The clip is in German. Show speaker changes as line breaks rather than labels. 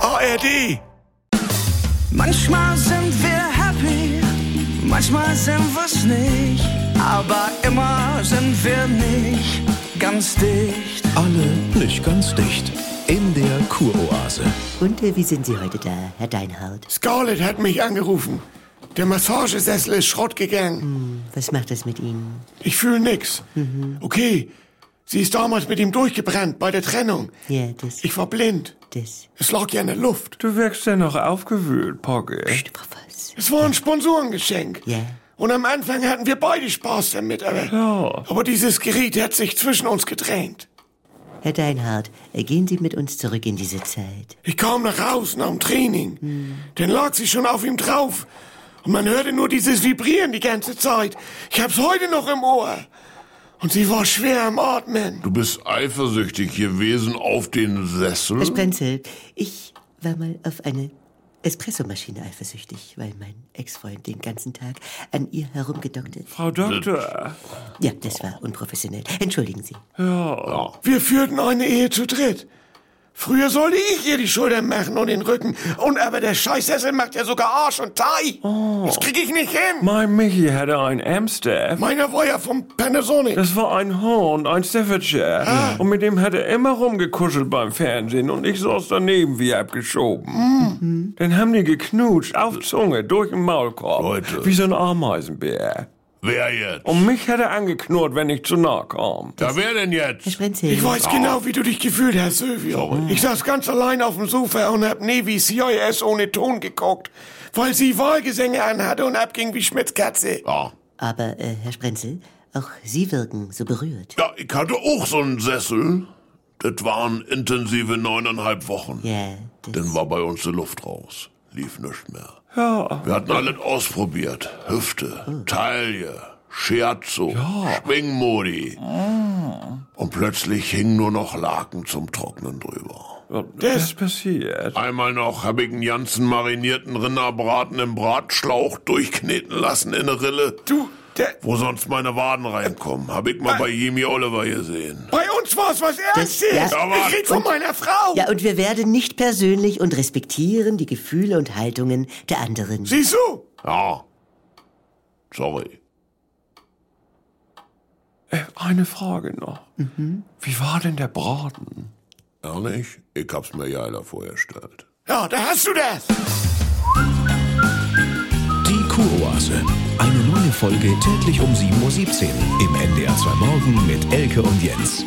ARD.
Manchmal sind wir happy, manchmal sind wir's nicht, aber immer sind wir nicht ganz dicht.
Alle nicht ganz dicht. In der Kuroase.
Und äh, wie sind Sie heute da, Herr Deinhardt?
Scarlett hat mich angerufen. Der Massagesessel ist Schrott gegangen.
Was macht das mit Ihnen?
Ich fühle nix. Okay, sie ist damals mit ihm durchgebrannt bei der Trennung.
Ja, das,
Ich war blind.
das.
Es lag ja in der Luft.
Du wirkst ja noch aufgewühlt, Pogge.
Frau Voss.
Es war ein Sponsorengeschenk.
Ja.
Und am Anfang hatten wir beide Spaß damit, aber,
Ja.
aber dieses Gerät hat sich zwischen uns gedrängt.
Herr Deinhardt, äh, gehen Sie mit uns zurück in diese Zeit.
Ich kam nach Hause nach dem Training. Dann lag sie schon auf ihm drauf. Und man hörte nur dieses Vibrieren die ganze Zeit. Ich hab's heute noch im Ohr. Und sie war schwer am Atmen.
Du bist eifersüchtig gewesen auf den Sessel?
Herr Sprenzel, ich war mal auf eine Espressomaschine eifersüchtig, weil mein Ex-Freund den ganzen Tag an ihr herumgedockte.
Frau Doktor,
Ja, das war unprofessionell. Entschuldigen Sie.
Wir führten eine Ehe zu dritt. Früher sollte ich ihr die Schultern machen und den Rücken. Und aber der Scheißsessel macht ja sogar Arsch und Thai. Das krieg ich nicht hin.
mein Michi hatte ein Amstaff.
Meiner war ja vom Panasonic.
Das war ein Horn, ein Staffordshire. Und mit dem hat er immer rumgekuschelt beim Fernsehen und ich saß daneben wie abgeschoben. Dann haben die geknutscht, auf Zunge, durch den Maulkorb.
Leute.
Wie so ein Ameisenbär.
Wer jetzt?
Und mich hat er angeknurrt, wenn ich zu nah kam.
Da wer denn
Herr
jetzt?
Sprenzel.
Ich weiß genau, wie du dich gefühlt hast, Silvio. Ich saß ganz allein auf dem Sofa und hab Navy CIS ohne Ton geguckt, weil sie Wahlgesänge anhatte und abging wie Schmidts Katze.
Ja.
Aber, äh, Herr Sprenzel, auch Sie wirken so berührt.
ja, ich hatte auch so einen Sessel. Das waren intensive neuneinhalb Wochen.
Ja, das,
Dann war bei uns die Luft raus. Lief nichts mehr.
Ja.
Wir hatten alles ausprobiert. Hüfte, Taille, Scherzo, Schwingmodi. Und plötzlich hing nur noch Laken zum Trocknen drüber.
Was ist passiert?
Einmal noch habe ich einen ganzen marinierten Rinderbraten im Bratschlauch durchkneten lassen in eine Rille.
Du, der,
Wo sonst meine Waden reinkommen, habe ich mal bei Jimmy Oliver gesehen.
bei uns war's was Ernstes.
ja.
Ich krieg von
Und-
meiner Frau.
Ja, und wir werden nicht persönlich und respektieren die Gefühle und Haltungen der anderen.
Siehst du?
Ja. Sorry.
Äh, Eine Frage noch. Wie war denn der Braten?
Ehrlich? Ich hab's mir ja leider vorgestellt.
Ja, da hast du das.
Die Kuroase. Eine neue Folge täglich um 7.17 Uhr im NDR 2 Morgen mit Elke und Jens.